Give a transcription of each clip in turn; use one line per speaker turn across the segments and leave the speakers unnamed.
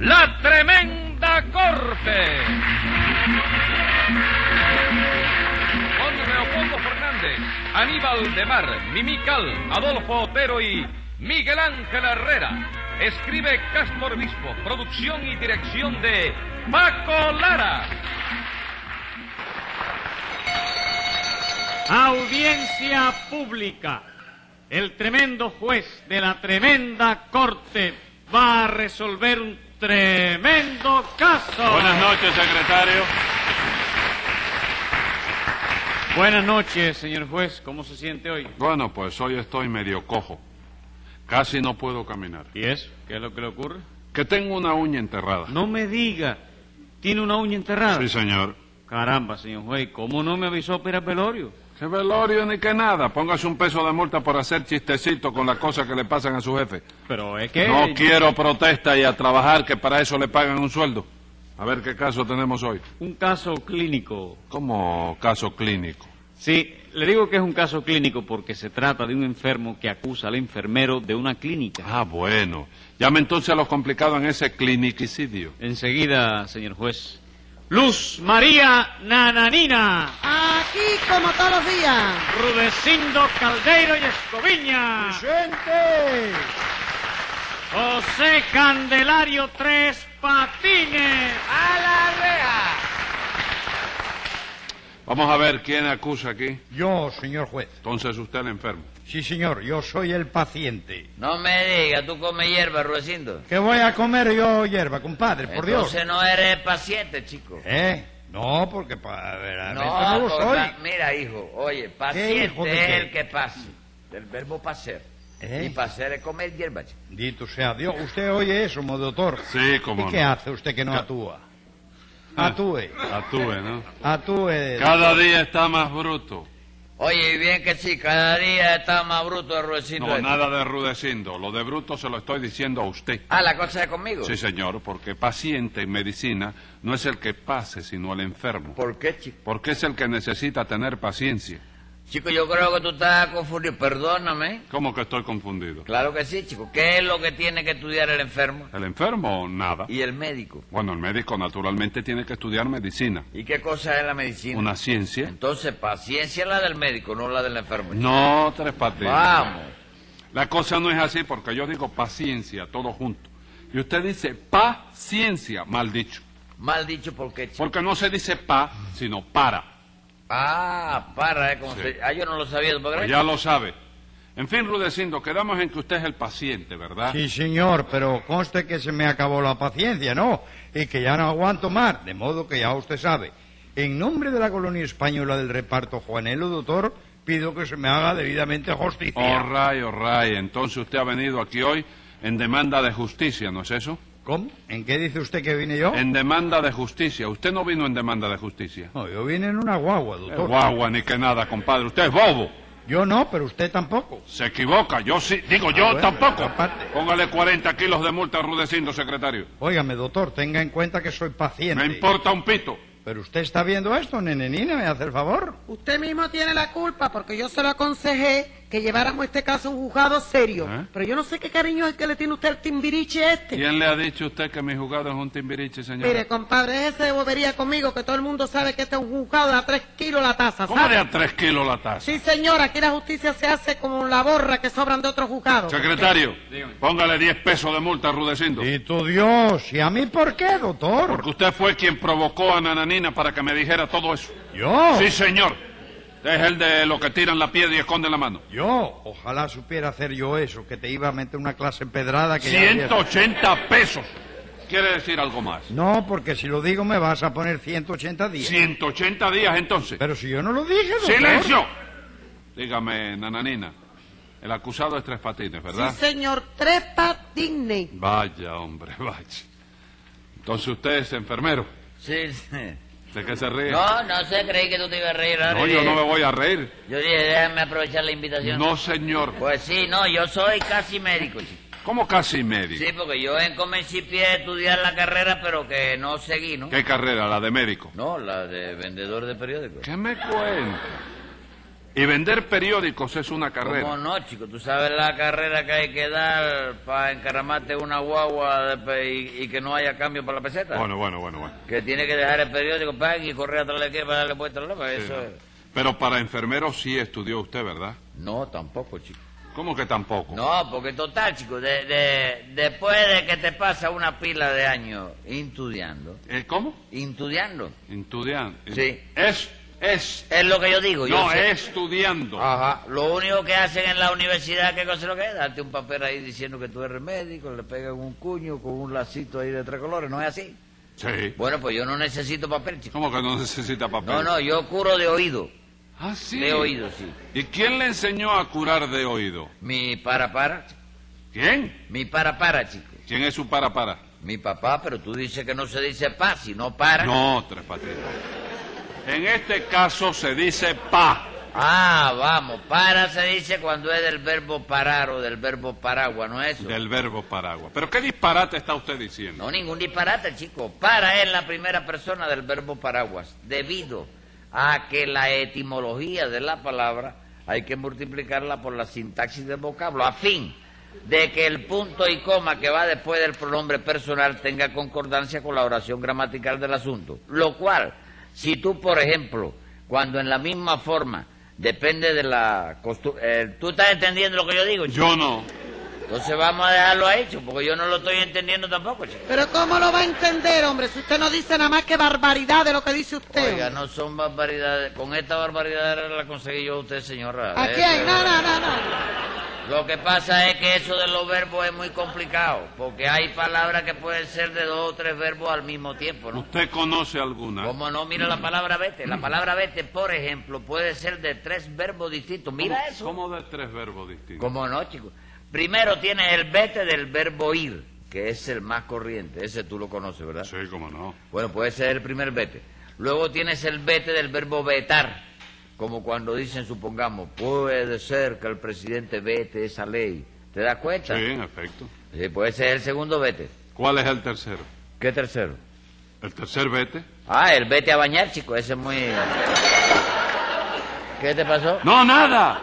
La Tremenda Corte. Con Leopoldo Fernández, Aníbal de Mar, Mimical, Adolfo Otero y Miguel Ángel Herrera. Escribe Castro Obispo, producción y dirección de Paco Lara.
Audiencia pública. El tremendo juez de la tremenda corte va a resolver un tremendo caso.
Buenas noches, secretario.
Buenas noches, señor juez. ¿Cómo se siente hoy?
Bueno, pues hoy estoy medio cojo. Casi no puedo caminar.
¿Y eso? ¿Qué es lo que le ocurre?
Que tengo una uña enterrada.
No me diga. ¿Tiene una uña enterrada?
Sí, señor.
Caramba, señor juez, ¿cómo no me avisó para el velorio?
Que velorio ni que nada. Póngase un peso de multa por hacer chistecito con las cosas que le pasan a su jefe.
Pero es que...
No quiero protesta y a trabajar, que para eso le pagan un sueldo. A ver qué caso tenemos hoy.
Un caso clínico.
Como caso clínico.
Sí, le digo que es un caso clínico porque se trata de un enfermo que acusa al enfermero de una clínica.
Ah, bueno. Llame entonces a los complicados en ese cliniquicidio.
Enseguida, señor juez. Luz María Nananina,
Aquí como todos los días.
Rudecindo Caldeiro y Escoviña,
¡Presente!
José Candelario Tres Patines.
Vamos a ver quién acusa aquí.
Yo, señor juez.
Entonces usted el enfermo.
Sí, señor, yo soy el paciente.
No me digas, tú comes hierba, Ruecindo.
¿Qué voy a comer yo hierba, compadre? Por Dios.
Entonces no eres paciente, chico.
¿Eh? No, porque para ver,
No,
no lo
por
soy.
la- mira, hijo, oye, paciente
hijo de
es
qué?
el que pasa. Del verbo pasear.
¿Eh?
Y pasear es comer hierba, chico.
Dito sea Dios. Usted oye eso, mo doctor.
Sí, cómo
¿Y qué
no. Ah.
hace usted que no actúa? Actúe.
Actúe, ¿no?
Actúe.
Cada día está más bruto.
Oye, y bien que sí, cada día está más bruto el Ruecindo.
No,
este.
nada de rudeciendo. Lo de bruto se lo estoy diciendo a usted.
Ah, la cosa es conmigo.
Sí, señor, porque paciente en medicina no es el que pase, sino el enfermo.
¿Por qué, chico?
Porque es el que necesita tener paciencia.
Chico, yo creo que tú estás confundido. Perdóname.
¿Cómo que estoy confundido?
Claro que sí, chico. ¿Qué es lo que tiene que estudiar el enfermo?
¿El enfermo o nada?
Y el médico.
Bueno, el médico naturalmente tiene que estudiar medicina.
¿Y qué cosa es la medicina?
¿Una ciencia?
Entonces, paciencia es la del médico, no la del enfermo. chico.
No, tres patines.
Vamos.
La cosa no es así porque yo digo paciencia, todo junto. Y usted dice paciencia, mal dicho.
Mal dicho, ¿por qué, chico?
Porque no se dice pa, sino para.
Ah, para, ¿eh? Como
Sí.
se- Ah, yo no lo sabía. ¿por qué?
Pues ya lo sabe. En fin, Rudecindo, quedamos en que usted es el paciente, ¿verdad?
Sí, señor, pero conste que se me acabó la paciencia, ¿no? Y que ya no aguanto más, de modo que ya usted sabe. En nombre de la colonia española del reparto Juanelo, doctor, pido que se me haga debidamente justicia.
Oh, ray, oh, ray. Entonces usted ha venido aquí hoy en demanda de justicia, ¿no es eso?
¿Cómo? ¿En qué dice usted que vine yo?
En demanda de justicia. Usted no vino en demanda de justicia.
No, yo vine en una guagua,
Eh,
doctor.
Guagua, ni que nada, compadre. Usted es bobo.
Yo no, pero usted tampoco.
Se equivoca. Yo sí. Digo, yo
Ah, bueno,
tampoco.
aparte.
Póngale 40 kilos de multa a Rudecindo, secretario.
Óigame, doctor, tenga en cuenta que soy paciente.
Me importa un pito.
Pero usted está viendo esto, nenenina, me hace el favor.
Usted mismo tiene la culpa porque yo se lo aconsejé que lleváramos este caso a un juzgado serio.
¿Eh?
Pero yo no sé qué cariño es el que le tiene usted al timbiriche este.
¿Quién le ha dicho a usted que mi jugada es un timbiriche, señor?
Mire, compadre, ese de bobería conmigo que todo el mundo sabe que este es un juzgado de a tres kilos la taza,
¿Cómo de
¿sabe?
a tres kilos la taza?
Sí, señora, aquí la justicia se hace como la borra que sobran de otros juzgados.
Secretario, póngale 10 pesos de multa a Rudecindo.
Y tu Dios, ¿y a mí por qué, doctor?
Porque usted fue quien provocó a Nananina para que me dijera todo eso.
Yo.
Sí, señor. Es el de lo que tiran la piedra y esconden la mano.
Yo, ojalá supiera hacer yo eso, que te iba a meter una clase empedrada que ya habías-
180 pesos. Quiere decir algo más.
No, porque si lo digo me vas a poner 180 días.
180 días entonces.
Pero si yo no lo dije, doctor.
¡Silencio! Dígame, Nananina. El acusado es tres patines, ¿verdad?
Sí, señor, tres patines.
Vaya, hombre, vaya. Entonces usted es enfermero.
Sí, sí.
¿De qué se ríe?
No, no sé, creí que tú te ibas a reír. ahora
No, yo
dije-
eh.
no me voy a reír.
Yo dije, déjame aprovechar la invitación.
No, señor.
Pues sí, no, yo soy casi médico, chico.
¿Cómo casi médico?
Sí, porque yo en- comencé a estudiar la carrera, pero que no seguí, ¿no?
¿Qué carrera? La de médico.
No, la de vendedor de periódicos.
¿Qué me cuenta? Y vender periódicos es una
¿Cómo
carrera.
no, chico? Tú sabes la carrera que hay que dar para encaramarte una guagua de pe- y, y que no haya cambio para la peseta.
Bueno, bueno, bueno, bueno.
Que tiene que dejar el periódico, paguen y correr atrás de qué para darle vuelta al lado.
Sí,
Eso
¿no?
es.
Pero para enfermeros sí estudió usted, ¿verdad?
No, tampoco, chico.
¿Cómo que tampoco?
No, porque total, chico, de- de- después de que te pasa una pila de años estudiando,
Eh, ¿Cómo?
estudiando,
Estudiando.
Sí.
Es, es.
es lo que yo digo. yo
No,
sé.
estudiando.
Ajá. Lo único que hacen en la universidad, ¿qué cosa es lo que es? Darte un papel ahí diciendo que tú eres médico, le pegan un cuño con un lacito ahí de tres colores, ¿no es así?
Sí.
Bueno, pues yo no necesito papel, chico.
¿Cómo que no necesita papel?
No, no, yo curo de oído.
Ah, sí.
De oído, sí.
¿Y quién le enseñó a curar de oído?
Mi para para,
¿Quién?
mi para para, chico.
¿Quién es su para para?
Mi papá, pero tú dices que no se dice pa, sino para.
No, Tres Patines. En este caso se dice pa.
Ah, vamos, para se dice cuando es del verbo parar o del verbo paraguas, ¿no es eso?
Del verbo paraguas. ¿Pero qué disparate está usted diciendo?
No, ningún disparate, chico. Para es la primera persona del verbo paraguas, debido a que la etimología de la palabra hay que multiplicarla por la sintaxis del vocablo, a fin de que el punto y coma que va después del pronombre personal tenga concordancia con la oración gramatical del asunto. Lo cual, si tú, por ejemplo, cuando en la misma forma, depende de la costumbre... ¿Tú estás entendiendo lo que yo digo? chico?
Yo no.
Entonces vamos a dejarlo ahí, chico, porque yo no lo estoy entendiendo tampoco, chico.
Pero ¿cómo lo va a entender, hombre? Si usted no dice nada más que barbaridad de lo que dice usted.
Oiga, no son barbaridades. Con esta barbaridad la conseguí yo a usted, señora.
¿A
Eh,
quién?
eh,
No, no, no, no.
Lo que pasa es que eso de los verbos es muy complicado, porque hay palabras que pueden ser de dos o tres verbos al mismo tiempo, ¿no?
¿Usted conoce alguna?
Como no, mira la palabra vete. La palabra vete, por ejemplo, puede ser de tres verbos distintos. Mira eso.
¿Cómo de tres verbos distintos?
¿Cómo no, chico? Primero tienes el vete del verbo ir, que es el más corriente. Ese tú lo conoces, ¿verdad?
Sí, cómo no.
Bueno, puede ser el primer vete. Luego tienes el vete del verbo vetar, como cuando dicen, supongamos, puede ser que el presidente vete esa ley. ¿Te das
Sí,
cuenta?
en efecto.
Sí, puede ser el segundo vete.
¿Cuál es el tercero?
¿Qué tercero?
El tercer vete.
Ah, el vete a bañar, chico, ese es muy... ¿Qué te pasó?
No, nada.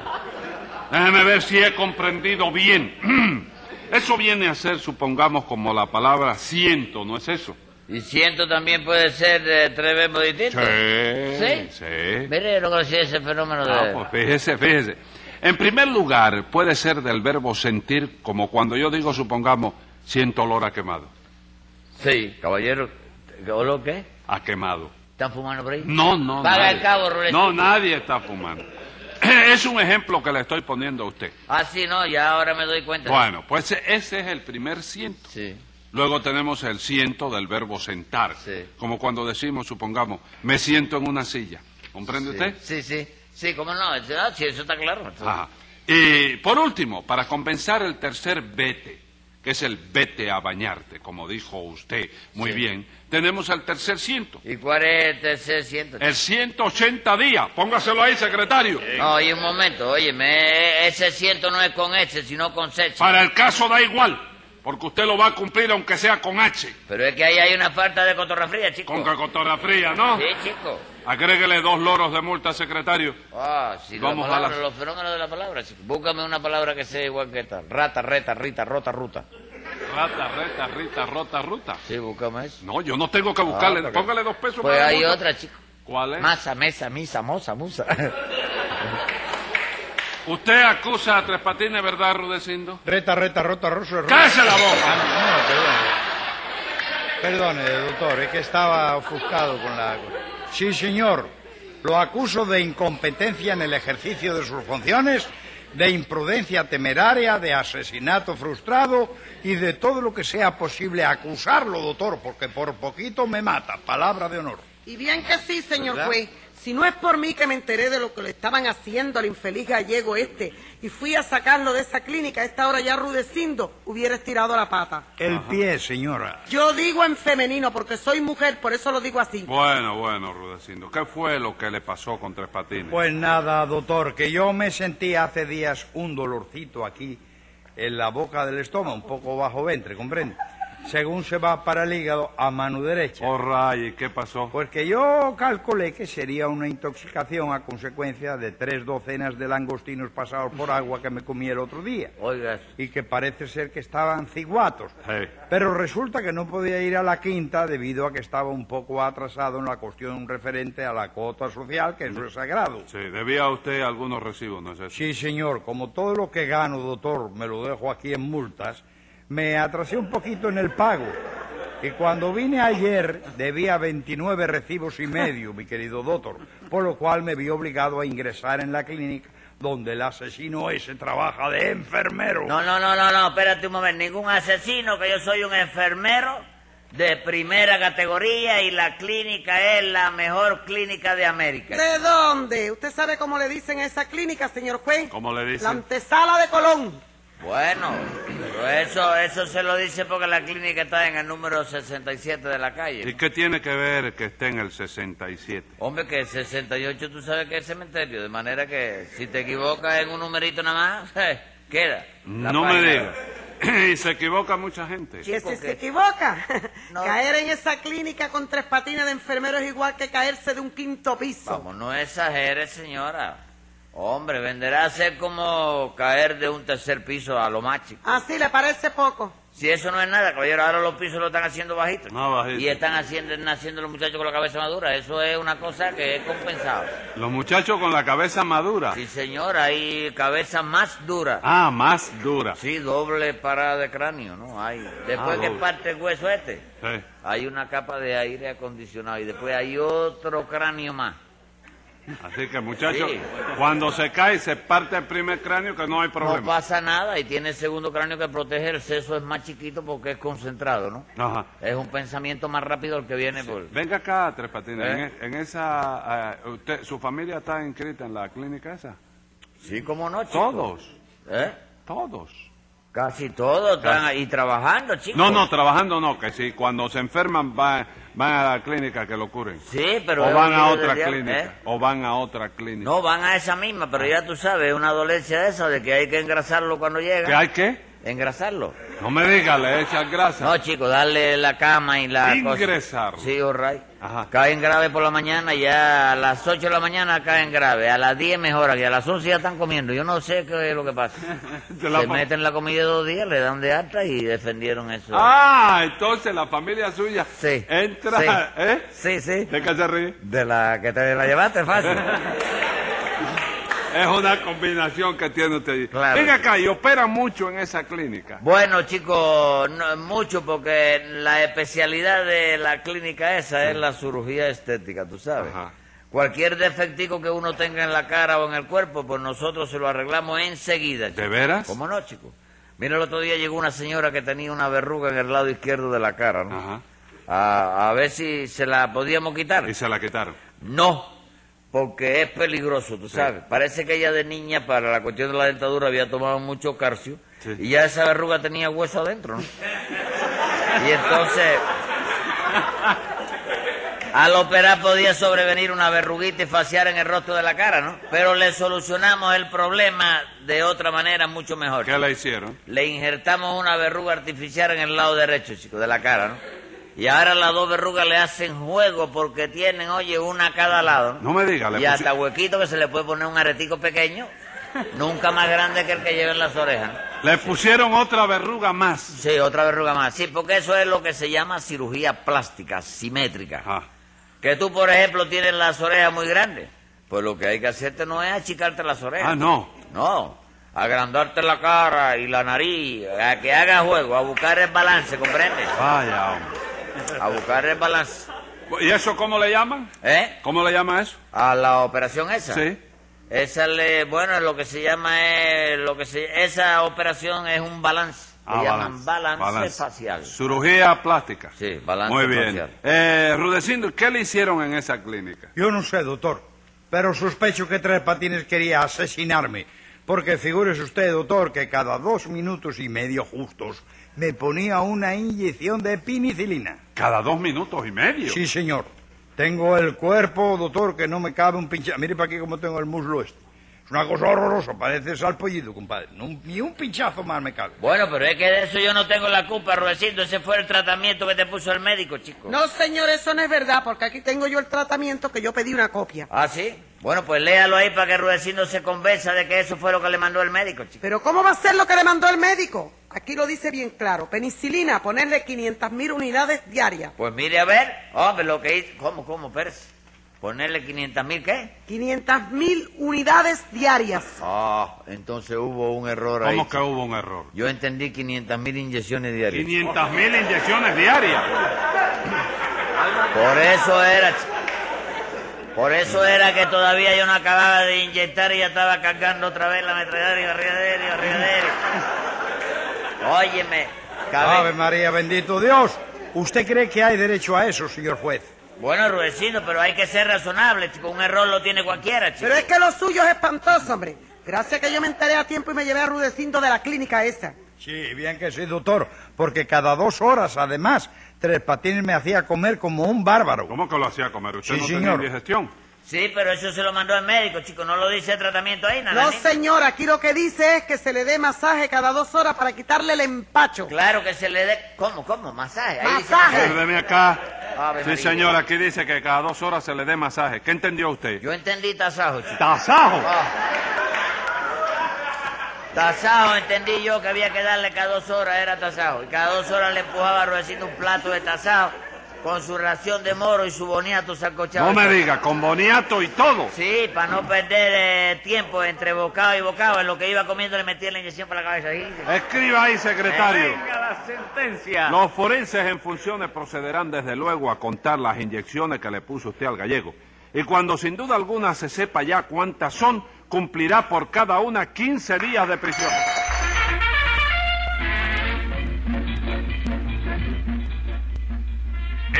Déjeme ver si he comprendido bien. Eso viene a ser, supongamos, como la palabra siento, ¿no es eso?
Y siento también puede ser de tres verbos distintos.
Sí.
¿Sí? Mire lo que hacía ese fenómeno de...
Ah, pues fíjese, fíjese. En primer lugar, puede ser del verbo sentir, como cuando yo digo, supongamos, siento olor a quemado.
Sí, caballero, ¿o lo qué?
A quemado.
¿Están fumando por ahí?
No, no,
Paga
nadie.
el cabo, Rolex.
No, nadie está fumando. Es un ejemplo que le estoy poniendo a usted.
Ah, sí, no, ya ahora me doy cuenta.
Bueno, pues ese es el primer siento.
Sí.
Luego tenemos el siento del verbo sentar.
Sí.
Como cuando decimos, supongamos, me siento en una silla. ¿Comprende usted? Ah.
Sí, sí. Sí, cómo no. Eso- ah, sí, eso está claro.
Ajá. Y por último, para compensar el tercer vete, que es el vete a bañarte, como dijo usted muy bien, tenemos el tercer ciento.
¿Y cuál es el tercer ciento?
El 180 días. Póngaselo ahí, secretario.
No, oye, un momento. Oye, ese ciento no es con ese, sino con C. chico.
Para el caso da igual, porque usted lo va a cumplir aunque sea con H.
Pero es que ahí hay una falta de cotorra fría, chico.
Con cacotora fría, ¿no?
Sí, chico.
Agréguele dos loros de multa, secretario.
Ah, sí, la
Vamos a
palabra,
la-
los fenómenos de la palabra, chico. Búscame una palabra que sea igual que esta. Rata, reta, rita, rota, ruta.
Rata, reta, rita, rota, ruta.
Sí, búscame eso.
No, yo no tengo que buscarle.
Ah,
Póngale dos pesos
Pues
para la
hay
multa.
otra, chico.
¿Cuál es?
Masa, mesa, misa, moza, musa.
Usted acusa a Tres Patines, ¿verdad, Rudecindo?
Reta, reta, rota, rosa, rosa.
¡Cállese la boca!
Perdone, doctor, es que estaba ofuscado con la... Sí, señor. Lo acuso de incompetencia en el ejercicio de sus funciones, de imprudencia temeraria, de asesinato frustrado y de todo lo que sea posible acusarlo, doctor, porque por poquito me mata. Palabra de honor.
Y bien que sí, señor
¿Verdad?
juez. Si no es por mí que me enteré de lo que le estaban haciendo al infeliz gallego este y fui a sacarlo de esa clínica, a esta hora ya rudecindo, hubiera estirado la pata.
El pie, señora.
Yo digo en femenino porque soy mujer, por eso lo digo así.
Bueno, bueno, Rudecindo. ¿Qué fue lo que le pasó con Tres Patines?
Pues nada, doctor, que yo me sentí hace días un dolorcito aquí en la boca del estómago, un poco bajo ventre, ¿comprende? según se va para el hígado a mano derecha.
Oh, ray, ¿qué pasó?
Porque yo calculé que sería una intoxicación a consecuencia de tres docenas de langostinos pasados por agua que me comí el otro día.
Oiga,
Y que parece ser que estaban ciguatos.
Sí.
Pero resulta que no podía ir a la quinta debido a que estaba un poco atrasado en la cuestión referente a la cuota social, que eso es sagrado.
Sí, debía usted algunos recibos, ¿no es eso?
Sí, señor, como todo lo que gano, doctor, me lo dejo aquí en multas, me atrasé un poquito en el pago. Y cuando vine ayer debía 29 recibos y medio, mi querido doctor, por lo cual me vi obligado a ingresar en la clínica donde el asesino ese trabaja de enfermero.
No, no, no, no, no, espérate un momento. Ningún asesino, que yo soy un enfermero de primera categoría y la clínica es la mejor clínica de América.
¿De dónde? ¿Usted sabe cómo le dicen a esa clínica, señor juez?
¿Cómo le dicen?
La antesala de Colón.
Bueno, pero eso, eso se lo dice porque la clínica está en el número 67 de la
¿Y
calle.
qué tiene que ver que esté en el 67?
Hombre, que el 68 tú sabes que es cementerio, de manera que si te equivocas en un numerito nada más, queda. la
no me
página.
diga. y se equivoca mucha gente.
Y ese
porque-
se equivoca.
No.
Caer en esa clínica con tres patines de enfermero es igual que caerse de un quinto piso.
Vamos, no exagere, señora. Hombre, venderá a ser como caer de un tercer piso a lo más chico.
Así le parece poco.
Si eso no es nada, caballero, ahora los pisos lo están haciendo bajitos.
Más bajitos.
Y están haciendo, naciendo los muchachos con la cabeza madura. Eso es una cosa que es compensable.
Los muchachos con la cabeza madura.
Sí, señora, hay cabezas más duras.
Ah, más dura.
Sí, doble parada de cráneo, ¿no? Hay. Después
Ah,
que
doble.
parte el hueso este,
Sí.
hay una capa de aire acondicionado y después hay otro cráneo más.
Así que, muchachos,
Sí.
cuando se cae, se parte el primer cráneo, que no hay
No
problema.
pasa nada y tiene el segundo cráneo que protege, el seso es más chiquito porque es concentrado, ¿no?
Ajá.
Es un pensamiento más rápido el que viene por...
Venga acá, Tres Patines.
¿Eh?
En, e- en esa, eh, usted- ¿Su familia está inscrita en la clínica esa?
Sí, como no, chico.
Todos,
¿Eh?
todos.
Casi todos están ahí trabajando, chicos.
No, no, trabajando no, que si cuando se enferman va- van a la clínica que lo curen.
Sí, pero...
O
es
van a
lo que
otra
decía,
clínica,
¿eh?
o van a otra clínica.
No, van a esa misma, pero ya tú sabes, es una dolencia esa de que hay que engrasarlo cuando llega.
¿Qué hay qué?
Engrasarlo.
No me diga, le echas grasa.
No, chicos, darle la cama y la cosa.
Ingresarlo.
Sí, all right.
Ajá.
Caen grave por la mañana, ya a las 8 de la mañana caen grave. A las 10 mejoran y a las 11 ya están comiendo. Yo no sé qué es lo que pasa.
Te
Se
la pa-
meten la comida dos días, le dan de alta y defendieron eso.
Ah, entonces la familia suya
sí.
entra,
Sí.
¿eh?
Sí, sí.
¿De qué se ríe?
De la que te la llevaste, fácil.
Es una combinación que tiene usted.
Claro.
Venga acá, y opera mucho en esa clínica.
Bueno, chicos, no es mucho porque la especialidad de la clínica esa es la cirugía estética, tú sabes.
Ajá.
Cualquier defectico que uno tenga en la cara o en el cuerpo, pues nosotros se lo arreglamos enseguida.
¿De
chico.
veras?
¿Cómo no, chico? Mira, el otro día llegó una señora que tenía una verruga en el lado izquierdo de la cara, ¿no?
Ajá.
A, a ver si se la podíamos quitar.
Y se la quitaron.
No, porque es peligroso, tú sabes. Parece que ella de niña, para la cuestión de la dentadura, había tomado mucho calcio.
Sí.
Y ya esa verruga tenía hueso adentro, ¿no? y entonces... Al operar podía sobrevenir una verruguita y faciar en el rostro de la cara, ¿no? Pero le solucionamos el problema de otra manera mucho mejor.
¿Qué le hicieron?
Le injertamos una verruga artificial en el lado derecho, chico, de la cara, ¿no? Y ahora las dos verrugas le hacen juego porque tienen, oye, una a cada lado.
No me diga, le
Y hasta
pusi-
huequito que se le puede poner un aretico pequeño, nunca más grande que el que lleva en las orejas. ¿no?
Le pusieron otra verruga más.
Sí, otra verruga más. Sí, porque eso es lo que se llama cirugía plástica, simétrica.
Ajá.
Que tú, por ejemplo, tienes las orejas muy grandes. Pues lo que hay que hacerte no es achicarte las orejas.
Ah, no.
No, agrandarte la cara y la nariz, a que haga juego, a buscar el balance, ¿comprendes?
Vaya, hombre.
A buscar el balance.
¿Y eso cómo le llaman?
¿Eh?
¿Cómo le llama eso?
A la operación esa.
Sí.
Esa le, bueno, lo que se llama es, lo que se, esa operación es un balance. Le
Ah,
llaman balance,
balance.
facial.
Cirugía plástica.
Sí, balance
Muy bien.
facial.
Eh, Rudecindo, ¿qué le hicieron en esa clínica?
Yo no sé, doctor, pero sospecho que Tres Patines quería asesinarme. Porque figúrese usted, doctor, que cada dos minutos y medio justos me ponía una inyección de penicilina.
Cada dos minutos y medio.
Sí, señor. Tengo el cuerpo, doctor, que no me cabe un pinche... Mire para aquí cómo tengo el muslo este. Una cosa horrorosa, parece salpollido, compadre. No un- ni un pinchazo más me cabe.
Bueno, pero es que de eso yo no tengo la culpa, Rudecindo. Ese fue el tratamiento que te puso el médico, chico.
No, señor, eso no es verdad, porque aquí tengo yo el tratamiento que yo pedí una copia.
¿Ah, sí? Bueno, pues léalo ahí para que Rudecindo se convenza de que eso fue lo que le mandó el médico, chico.
Pero ¿cómo va a ser lo que le mandó el médico? Aquí lo dice bien claro. Penicilina, ponerle 500 mil unidades diarias.
Pues mire, a ver. Hombre, lo que hizo... ¿Cómo, cómo, Pérez? ¿Ponerle 500 mil qué?
500 mil unidades diarias.
Ah, entonces hubo un error ahí.
¿Cómo que hubo un error?
Yo entendí 500 mil inyecciones diarias.
500 mil inyecciones diarias.
Por eso era... ch- Por eso era que todavía yo no acababa de inyectar y ya estaba cargando otra vez la ametralladora y barriadera y barriadera. Óyeme, cabe-
Ave María, bendito Dios. ¿Usted cree que hay derecho a eso, señor juez?
Bueno, Rudecindo, pero hay que ser razonable, chico. Un error lo tiene cualquiera, chico.
Pero es que lo suyo es espantoso, hombre. Gracias que yo me enteré a tiempo y me llevé a Rudecindo de la clínica esa.
Sí, bien que sí, doctor. Porque cada dos horas, además, Tres Patines me hacía comer como un bárbaro.
¿Cómo que lo hacía comer? Usted
Sí,
no
señor.
tenía digestión.
Sí, pero eso se lo mandó el médico, chico. No lo dice el tratamiento ahí, nada.
No, señor, aquí lo que dice es que se le dé masaje cada dos horas para quitarle el empacho.
Claro que se le dé... ¿Cómo, cómo? Masaje. Ahí dice
Masaje.
A ver, deme acá.
Ave
Sí,
María.
señor, aquí dice que cada dos horas se le dé masaje. ¿Qué entendió usted?
Yo entendí tasajo, chico.
¡Tasajo!
Ah. Tasajo, entendí yo que había que darle cada dos horas, era tasajo. Y cada dos horas le empujaba a Rudecindo un plato de tasajo con su ración de moro y su boniato sancochado.
No me diga, con boniato y todo.
Sí, para no perder eh, tiempo entre bocado y bocado, en lo que iba comiendo le metía la inyección por la cabeza. ahí.
Escriba ahí, secretario.
Venga la sentencia.
Los forenses en funciones procederán desde luego a contar las inyecciones que le puso usted al gallego. Y cuando sin duda alguna se sepa ya cuántas son, cumplirá por cada una 15 días de prisión.